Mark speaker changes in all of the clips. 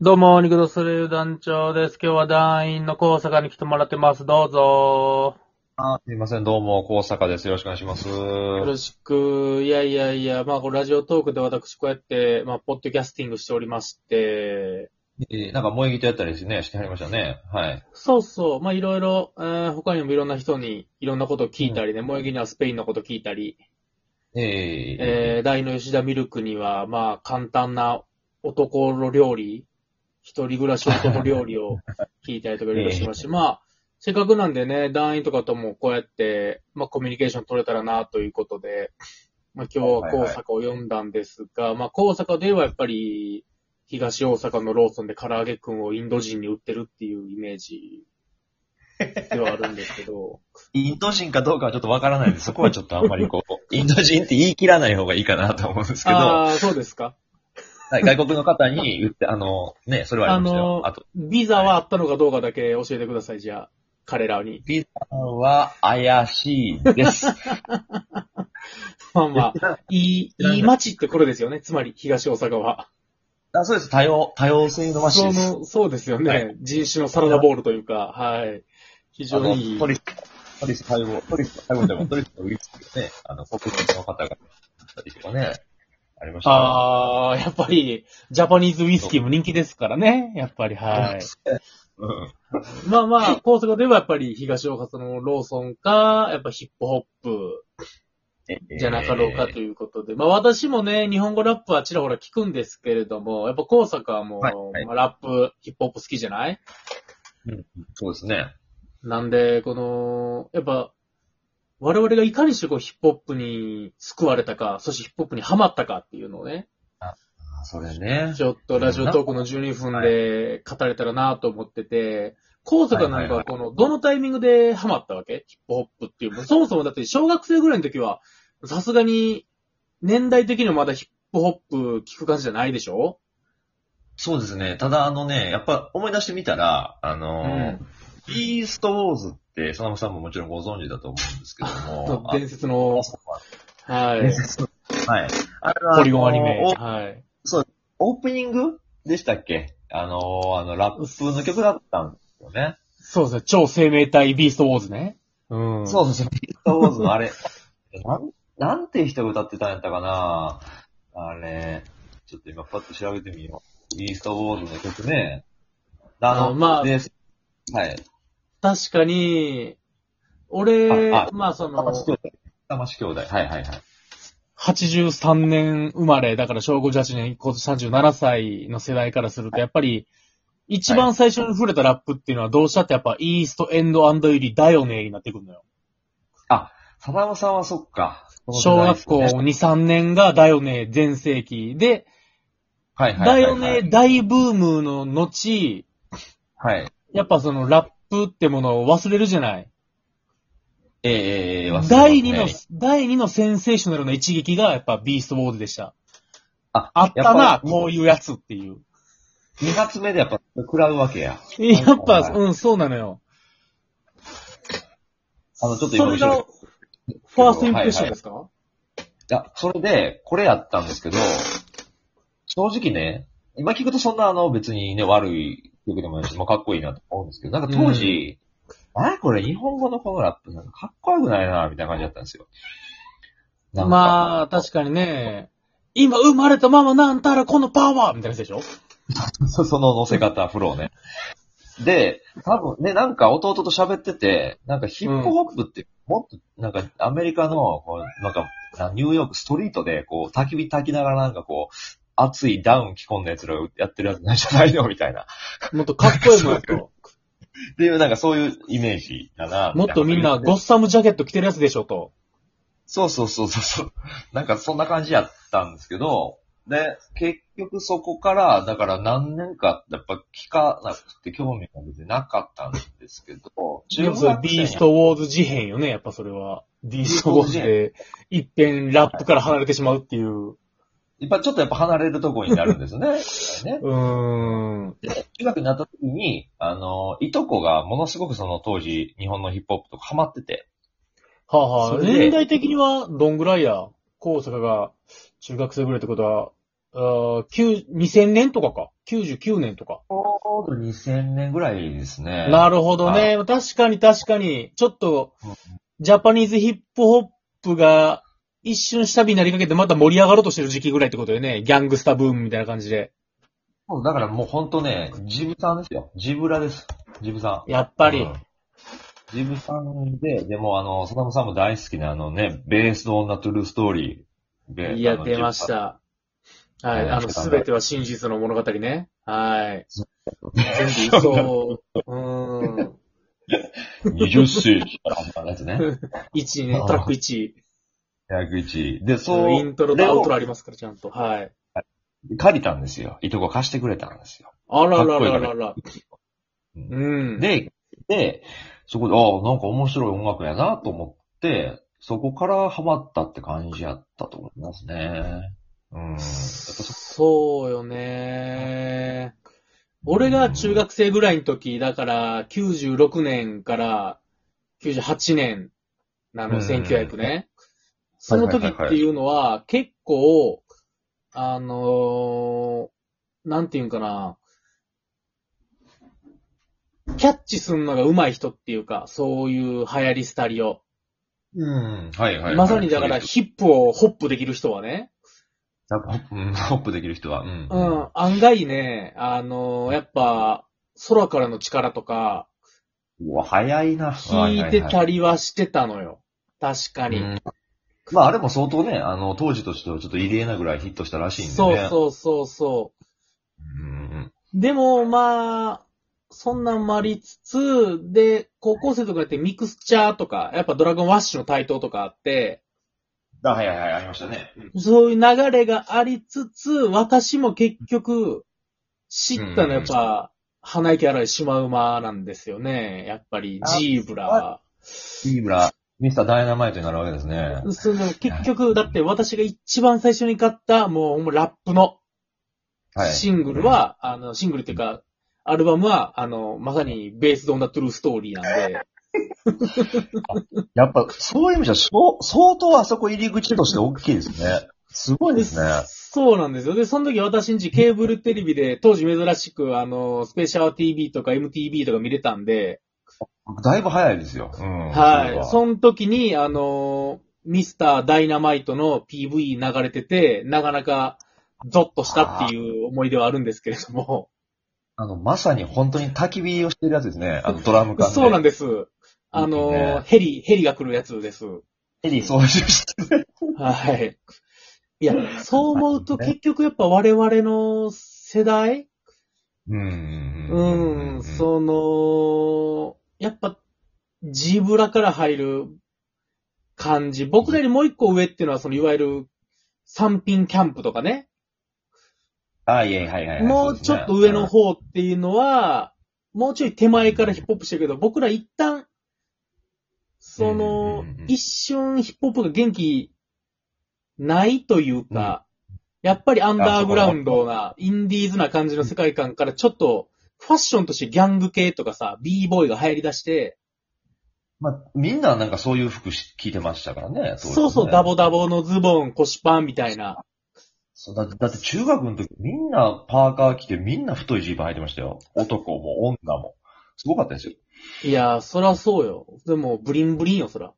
Speaker 1: どうも、肉ドスル団長です。今日は団員の高坂に来てもらってます。どうぞ。
Speaker 2: あすいません、どうも、高坂です。よろしくお願いします。
Speaker 1: よろしく。いやいやいや、まあ、これラジオトークで私こうやって、まあ、ポッドキャスティングしておりまして、
Speaker 2: えーなんか萌えギとやったりですね、してはりましたね。はい。
Speaker 1: そうそう、まあ、いろいろ、えー他にもいろんな人にいろんなことを聞いたりね、萌木にはスペインのこと聞いたり、
Speaker 2: えー、
Speaker 1: えー、大の吉田ミルクには、まあ、簡単な男の料理、一人暮らし男料理を聞いたりとかいろいろしてますし、まあ、せっかくなんでね、団員とかともこうやって、まあ、コミュニケーション取れたらなということで、まあ、今日は高坂を読んだんですが、まあ、高坂ではやっぱり、東大阪のローソンで唐揚げくんをインド人に売ってるっていうイメージではあるんですけど、
Speaker 2: インド人かどうかはちょっとわからないんで、そこはちょっとあんまりこう、イ ンド人って言い切らない方がいいかなと思うんですけど、は
Speaker 1: ああ、そうですか。
Speaker 2: い外国の方に言って、あの、ね、それはありましたよ。
Speaker 1: あの
Speaker 2: あと、
Speaker 1: ビザはあったのかどうかだけ教えてください、じゃあ、彼らに。
Speaker 2: ピザは怪 しいです。
Speaker 1: まあまあ、いい、いい街ってこれですよね。つまり、東大阪は。
Speaker 2: あそうです、多様、多様性の街
Speaker 1: そ
Speaker 2: です。
Speaker 1: の、そうですよ
Speaker 2: は
Speaker 1: ね。人種のサラダボールというか、はい。非
Speaker 2: あ
Speaker 1: 常
Speaker 2: の
Speaker 1: にい、い
Speaker 2: ト。リス、トリス対応、トリス対 応でも、トリスのウイスキーをね、あの、国民の方が、たりとかね、ありましたよ。
Speaker 1: ああ、やっぱり、ジャパニーズウイスキーも人気ですからね。やっぱり、はい。
Speaker 2: うん。
Speaker 1: まあまあ、高速ではやっぱり東大阪のローソンか、やっぱヒップホップじゃなかろうかということで。まあ私もね、日本語ラップはちらほら聞くんですけれども、やっぱ高坂はもう、
Speaker 2: はいはい
Speaker 1: まあ、ラップ、ヒップホップ好きじゃない
Speaker 2: うんそうですね。
Speaker 1: なんで、この、やっぱ、我々がいかにしてこうヒップホップに救われたか、そしてヒップホップにハマったかっていうのをね、
Speaker 2: あそれね。
Speaker 1: ちょっとラジオトークの12分で語れたらなと思ってて、高坂なんかはこの、どのタイミングでハマったわけヒップホップっていうもの。そもそもだって小学生ぐらいの時は、さすがに、年代的にもまだヒップホップ聞く感じじゃないでしょ
Speaker 2: そうですね。ただあのね、やっぱ思い出してみたら、あ
Speaker 1: う
Speaker 2: のー、ビーストウォーズって、そのさんももちろんご存知だと思うんですけ ども。
Speaker 1: 伝説の
Speaker 2: あ、そう
Speaker 1: はい
Speaker 2: 伝。説のはい。あれは
Speaker 1: ポリゴンアニメ。
Speaker 2: あのー
Speaker 1: はい。
Speaker 2: オープニングでしたっけあのー、あの、ラップの曲だったんですよね。
Speaker 1: そうですね。超生命体ビーストウォーズね。うん。
Speaker 2: そうですね。ビーストウォーズの あれ。なん、なんて人が歌ってたんやったかなあれ。ちょっと今パッと調べてみよう。ビーストウォーズの曲ね。あの、
Speaker 1: あまあ
Speaker 2: ではい。
Speaker 1: 確かに、俺、
Speaker 2: ああ
Speaker 1: まあその、
Speaker 2: 玉橋兄弟。玉橋兄弟。はいはいはい。
Speaker 1: 83年生まれ、だから小58年、今年37歳の世代からすると、やっぱり、一番最初に触れたラップっていうのはどうしたってやっぱ、イーストエンド入りだよねになってくるのよ。
Speaker 2: 貞山さんはそっか。
Speaker 1: 小学校
Speaker 2: はい
Speaker 1: 2、3年がだよね全盛期で、
Speaker 2: はいは
Speaker 1: だ
Speaker 2: い、
Speaker 1: よね。大ブームの後、
Speaker 2: はい。
Speaker 1: やっぱそのラップってものを忘れるじゃない。
Speaker 2: ええええええ忘れてますね
Speaker 1: 第2の、第2のセンセーショナルな一撃がやっぱビーストウォーズでした。
Speaker 2: あ
Speaker 1: あったな、
Speaker 2: やっぱ
Speaker 1: こういうやつっていう。
Speaker 2: 二発目でやっぱ食らうわけや。
Speaker 1: やっぱ、
Speaker 2: う
Speaker 1: うん、そうなのよ。
Speaker 2: あの、ちょっ
Speaker 1: そ
Speaker 2: と今
Speaker 1: れが、
Speaker 2: 後ろ
Speaker 1: ファーストインプレッションですか、
Speaker 2: いや、それで、これやったんですけど、正直ね、今聞くとそんなあの別にね、悪い曲でもないし、まあ、かっこいいなと思うんですけど、なんか当時、あれこれ日本語のこのラップなんかかっこよくないな、みたいな感じだったんですよ。なんか
Speaker 1: まあ、確かにね、今生まれたままなんたらこのパワーみたいなやつでしょ
Speaker 2: そその乗せ方、フローね。で、多分ね、なんか弟と喋ってて、なんかヒップホップって、もっと、なんかアメリカの、こうなんか、ニューヨークストリートで、こう、焚き火焚きながらなんかこう、熱いダウン着込んだ奴らがやってるやつなんじゃないのみたいな。
Speaker 1: もっとかっこいいもんや と。
Speaker 2: っていう、なんかそういうイメージだな。
Speaker 1: もっとみんなゴッサムジャケット着てるやつでしょと。
Speaker 2: そうそうそうそうそう。なんかそんな感じやったんですけど、で、結局そこから、だから何年か、やっぱ聞かなくて興味が出てなかったんですけど、
Speaker 1: ビーストウォーズ事変よね、やっぱそれは。ビーストウォーズで、一遍ラップから離れてしまうっていう。
Speaker 2: やっぱちょっとやっぱ離れるとこになるんですね。ね
Speaker 1: うーん。
Speaker 2: 中学になった時に、あの、いとこがものすごくその当時、日本のヒップホップとかハマってて、
Speaker 1: はあ、はあ、
Speaker 2: それで
Speaker 1: 年代的にはどんぐらいや高坂が中学生ぐらいってことは、あー9 2000年とかか。99年とか。
Speaker 2: ちょうど2000年ぐらいですね。
Speaker 1: な
Speaker 2: る
Speaker 1: るほどね。確かに確かに。ちょっと、ジャパニーズヒップホップが一瞬下火になりかけてまた盛り上がろうとしてる時期ぐらいってことよね。ギャングスタブームみたいな感じで。
Speaker 2: ほど。だからもうほんとね、ジブさんですよ。ジブラです。ジブさん。
Speaker 1: やっぱり。
Speaker 2: うんジブさんで、でもあの、サダムさんも大好きなあのね、ベースの女トゥルーストーリーで。
Speaker 1: いや、
Speaker 2: あの
Speaker 1: 出まし。た。はい。
Speaker 2: ね
Speaker 1: あの、
Speaker 2: ちょっと
Speaker 1: す
Speaker 2: ね
Speaker 1: べては真実の物語ね。はい。
Speaker 2: そ
Speaker 1: 全部嘘。うーん。
Speaker 2: 20世紀から始まるやつね。
Speaker 1: 1ね
Speaker 2: あ、ー
Speaker 1: トラック1。
Speaker 2: 101。で、
Speaker 1: そう。
Speaker 2: そう、
Speaker 1: イントロとアウトロありますから、ちゃんと。はい。
Speaker 2: 借りたんですよ。いとこ貸してくれたんですよ。
Speaker 1: あら
Speaker 2: か
Speaker 1: ら
Speaker 2: っこいい
Speaker 1: ら
Speaker 2: から
Speaker 1: らら。うん。
Speaker 2: で、で、そこで、ああ、なんか面白い音楽やなと思って、そこからハマったって感じやったと思いますね。うん。やっぱそ
Speaker 1: そうよね。俺が中学生ぐらいの時、だから、96年から98年なの、
Speaker 2: うん
Speaker 1: 1900ね。その時っていうのは、結構、あのーなんていうんかな、キャッチすんのが上手い人っていうか、そういう流行りスタリオ。
Speaker 2: うん。はいはい、はい。
Speaker 1: まさにだから、
Speaker 2: そう
Speaker 1: ヒップをホップできる人はね。
Speaker 2: ですうんホップできる人は。うん。
Speaker 1: うん、案外ね、あのーやっぱ、空からの力とか、
Speaker 2: うわ、早いな。
Speaker 1: 聞いて
Speaker 2: は
Speaker 1: たりはしてたのよ。確か
Speaker 2: いはい
Speaker 1: に。
Speaker 2: はいうんまあ、あれも相当ね、あの、当時としてはちょっと異例なぐらいヒットしたらしいんでね。
Speaker 1: そうそうそうそ
Speaker 2: うんうん
Speaker 1: う。でも、まあ、そんなんもありつつ、で、高校生とかやってミクスチャーとか、やっぱドラゴンワッシュの台頭とかあって、
Speaker 2: うん。あ、はいはいはい、ありましたね。
Speaker 1: そういう流れがありつつ、私も結局、知った
Speaker 2: うん
Speaker 1: のやっぱ、花池荒いシマウマなんですよね。やっぱり、ジーブラ。
Speaker 2: ビーブラ、ミスターダイナマイトになるわけですね。
Speaker 1: そうそう結局、だって私が一番最初に買った、もうほんまラップのシングルは、あの、シングルっていうか、アルバムは、あの、まさにベースドンダトゥルーストーリーなんで、
Speaker 2: やっぱ、そういう意味じゃ、そう相当あそこ入り口として大きいですね。すごいですね。
Speaker 1: そうなんですよ。で、その時私んちケーブルテレビで、当時珍しく、あの、スペシャル TV とか MTV とか見れたんで、
Speaker 2: だいぶ早いですよ。うん。
Speaker 1: はい。
Speaker 2: そ
Speaker 1: その時に、あの、ミスターダイナマイトの PV 流れてて、なかなか、ゾッとしたっていう思い出はあるんですけれども。
Speaker 2: あの、まさに本当に焚き火をしてるやつですね。あの、ドラム缶で。
Speaker 1: そうなん
Speaker 2: で
Speaker 1: です。あの、
Speaker 2: ね
Speaker 1: ヘリ、ヘリが来るやつです。
Speaker 2: す。ヘリ操縦してる。
Speaker 1: はい。いや、そう思うと
Speaker 2: ね
Speaker 1: 結局やっぱ我々の世代、
Speaker 2: うん
Speaker 1: う、
Speaker 2: うん
Speaker 1: その、やっぱ、ジブラから入る感じ。僕らよりもう一個上っていうのは、その、いわゆる、三品キャンプとかね。
Speaker 2: あ、いえ、はいはいはい。
Speaker 1: もうちょっと上の
Speaker 2: 方。
Speaker 1: 方っていうのは、もうちょい手前からヒップホップしてるけど、僕ら一旦、その
Speaker 2: うんうんう、ん
Speaker 1: 一瞬ヒップホップが元気ないというか、やっぱりアンダーグラウンドな、インディーズな感じの世界観からちょっと、ファッションとしてギャング系とかさ、b ボーイが流行り出して、
Speaker 2: まあ、みんななんかそういう服し聞いてましたからね。当時ね
Speaker 1: そうそう、ダボダ。ボのズボン、腰パンみたいな。
Speaker 2: そうだって、だって中学の時みんなパーカー着てみんな太いジーパン履いてましたよ。男も女も。すごかったですよ。
Speaker 1: いやー、そらそうよ。でも、ブリンブリンよ、そら。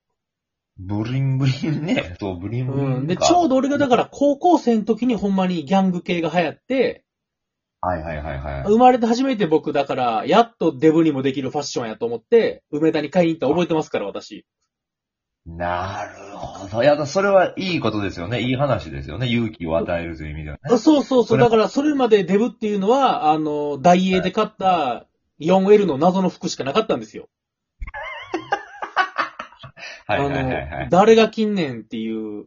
Speaker 2: ブリンブリ ンね。そう、ブリンブリンか。
Speaker 1: うん。で、ちょうど俺がだから高校生の時にほんまにギャング系が流行って、
Speaker 2: はいはいはいはい。
Speaker 1: 生まれて初めて僕だから、やっとデブにもできるファッションやと思って、梅田に買いに行った覚えてますから、私。
Speaker 2: なるほど。いや、それはいいことですよね。いい話ですよね。勇気を与えるという意味では
Speaker 1: そ
Speaker 2: ね。
Speaker 1: うそうそ。
Speaker 2: そうれ
Speaker 1: だから、それまでデブっていうのは、あの、ダイエーで買った 4L の謎の服しかなかったんですよ。
Speaker 2: はいはいはいは
Speaker 1: あの
Speaker 2: い。
Speaker 1: 誰が近年っていう、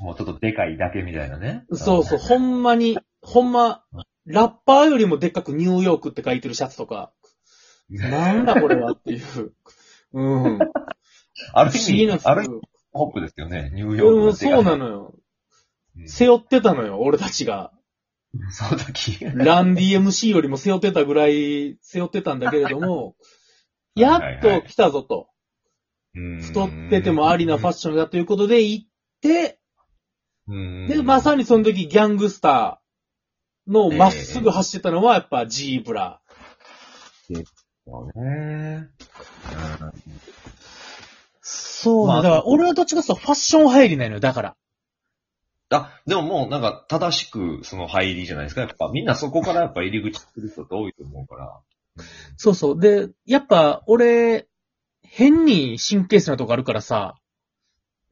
Speaker 2: もうちょっとでかいだけみたいなね。
Speaker 1: そうそう、
Speaker 2: ん
Speaker 1: ほんまに、ほんま、ラッパーよりもでっかくニューヨークって書いてるシャツとか、なんだこれはっていう。 うん。不
Speaker 2: ある
Speaker 1: 思
Speaker 2: 意
Speaker 1: 議な
Speaker 2: 味、ある意味
Speaker 1: 服。
Speaker 2: ホップですよね。ニューヨーク
Speaker 1: う
Speaker 2: の
Speaker 1: ん、そうな
Speaker 2: の。
Speaker 1: のよ。
Speaker 2: うん
Speaker 1: 背負ってたのよ、俺たちが。
Speaker 2: その時。
Speaker 1: ラン DMC よりも背負ってたぐらい背負ってたんだけれ ども、やっと来たぞと。太っててもありなファッションだということで行って、
Speaker 2: ョン
Speaker 1: で、まさにその時ギャングスタのまっすぐ走ってたのはやっぱジーブラ。
Speaker 2: そうね。
Speaker 1: そう
Speaker 2: ま
Speaker 1: ね。
Speaker 2: あ
Speaker 1: だから俺はどっちかというとファッション入りないのよ、だから。
Speaker 2: あ、でももうなんか正しくその入りじゃないですか。やっぱみんなそこからやっぱ入り口作る人って多いと思うから。
Speaker 1: そうそう。で、やっぱ俺、変に神経質なとこあるからさ、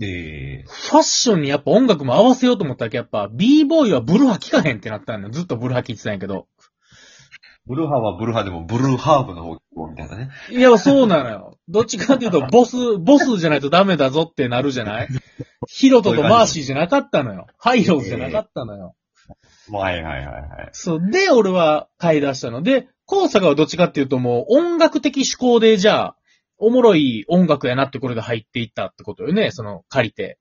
Speaker 2: ええ
Speaker 1: ファッションにやっぱ音楽も合わせようと思ったらやっぱ b ボーイはブルーハ聴かへんってなったのよ。ずっとブルーハ聴いてたんやけど。
Speaker 2: ブルーハーはブルーハーでもブルーハーブの方向みたいなね。
Speaker 1: いや、そうなのよ。どっちかっていうと、ボス、ボスじゃないとダメだぞってなるじゃないヒロトとマーシーじゃなかったのよ。ハイローズじゃなかったのよ。
Speaker 2: はいはいはいはい。
Speaker 1: そう。で、俺は買い出したので、コウサカはどっちかっていうともう音楽的思考で、じゃあ、おもろい音楽やなってこれで入っていったってことよね。その、借りて。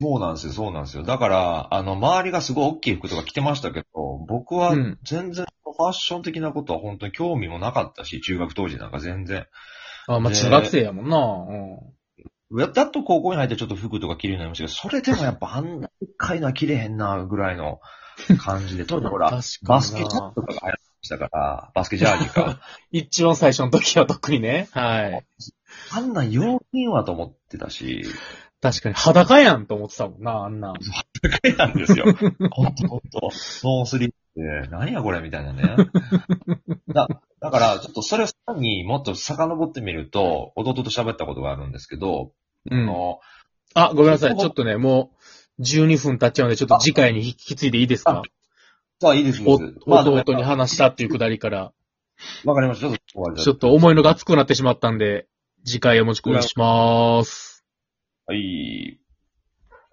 Speaker 2: そうなんですよ、そうなんですよ。だから、あの、周りがすごい大きい服とか着てましたけど、僕は
Speaker 1: うん
Speaker 2: 全然ファッション的なことは本当に興味もなかったし、中学当時なんか全然。
Speaker 1: あ、まあ、
Speaker 2: ね
Speaker 1: 中学生やもんな。
Speaker 2: やったと高校に入ってちょっと服とか着るようになりましたけど、それでもやっぱあんなでっかいのは着れへんな、ぐらいの感じで。当時ほ
Speaker 1: うん。
Speaker 2: ら、
Speaker 1: 確
Speaker 2: バ
Speaker 1: か
Speaker 2: スケ
Speaker 1: に
Speaker 2: チャ
Speaker 1: な
Speaker 2: ッ。トとかが流行ってまし たから、バスケジャージか。
Speaker 1: 一番最初の時は特にね。はい。
Speaker 2: あんなん用品はと思ってたし、
Speaker 1: 確かに裸やんと思ってたもんな、あんな。
Speaker 2: なんですよ。ほんとほんと。ノースリーブって、何やこれみたいなね。だだから、ちょっとそれをさらにもっと遡ってみると、弟と喋ったことがあるんですけど、
Speaker 1: う
Speaker 2: あ
Speaker 1: ん。
Speaker 2: の
Speaker 1: あ、ごめんなさい。
Speaker 2: ほぼ
Speaker 1: ちょっとね、もう、12分経っちゃうので、ちょっと次回に引き継いでいいですか
Speaker 2: まあいいです、いい
Speaker 1: お
Speaker 2: です。まあ、わ
Speaker 1: 弟に話したっていうくだりから、
Speaker 2: かりました。ちょっと終わりだ
Speaker 1: ちょっと思いのが熱くなってしまったんで、次回お持ち込みしまーす。
Speaker 2: はい。